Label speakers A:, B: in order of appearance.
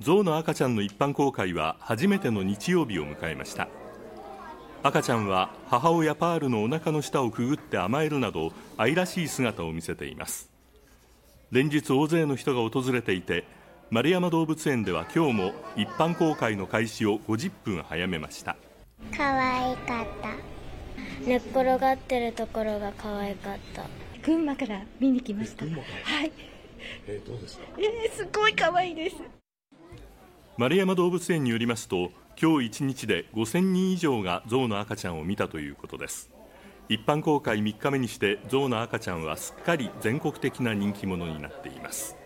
A: 象の赤ちゃんの一般公開は初めての日曜日を迎えました赤ちゃんは母親パールのお腹の下をくぐって甘えるなど愛らしい姿を見せています連日大勢の人が訪れていて丸山動物園では今日も一般公開の開始を50分早めました
B: 可愛かった寝っ転がってるところが可愛かった
C: 群馬から見に来ました。はい。
D: えーどうですか
C: えー、すごい可愛いです。
A: 丸山動物園によりますと今日1日で5000人以上が象の赤ちゃんを見たということです一般公開3日目にして象の赤ちゃんはすっかり全国的な人気者になっています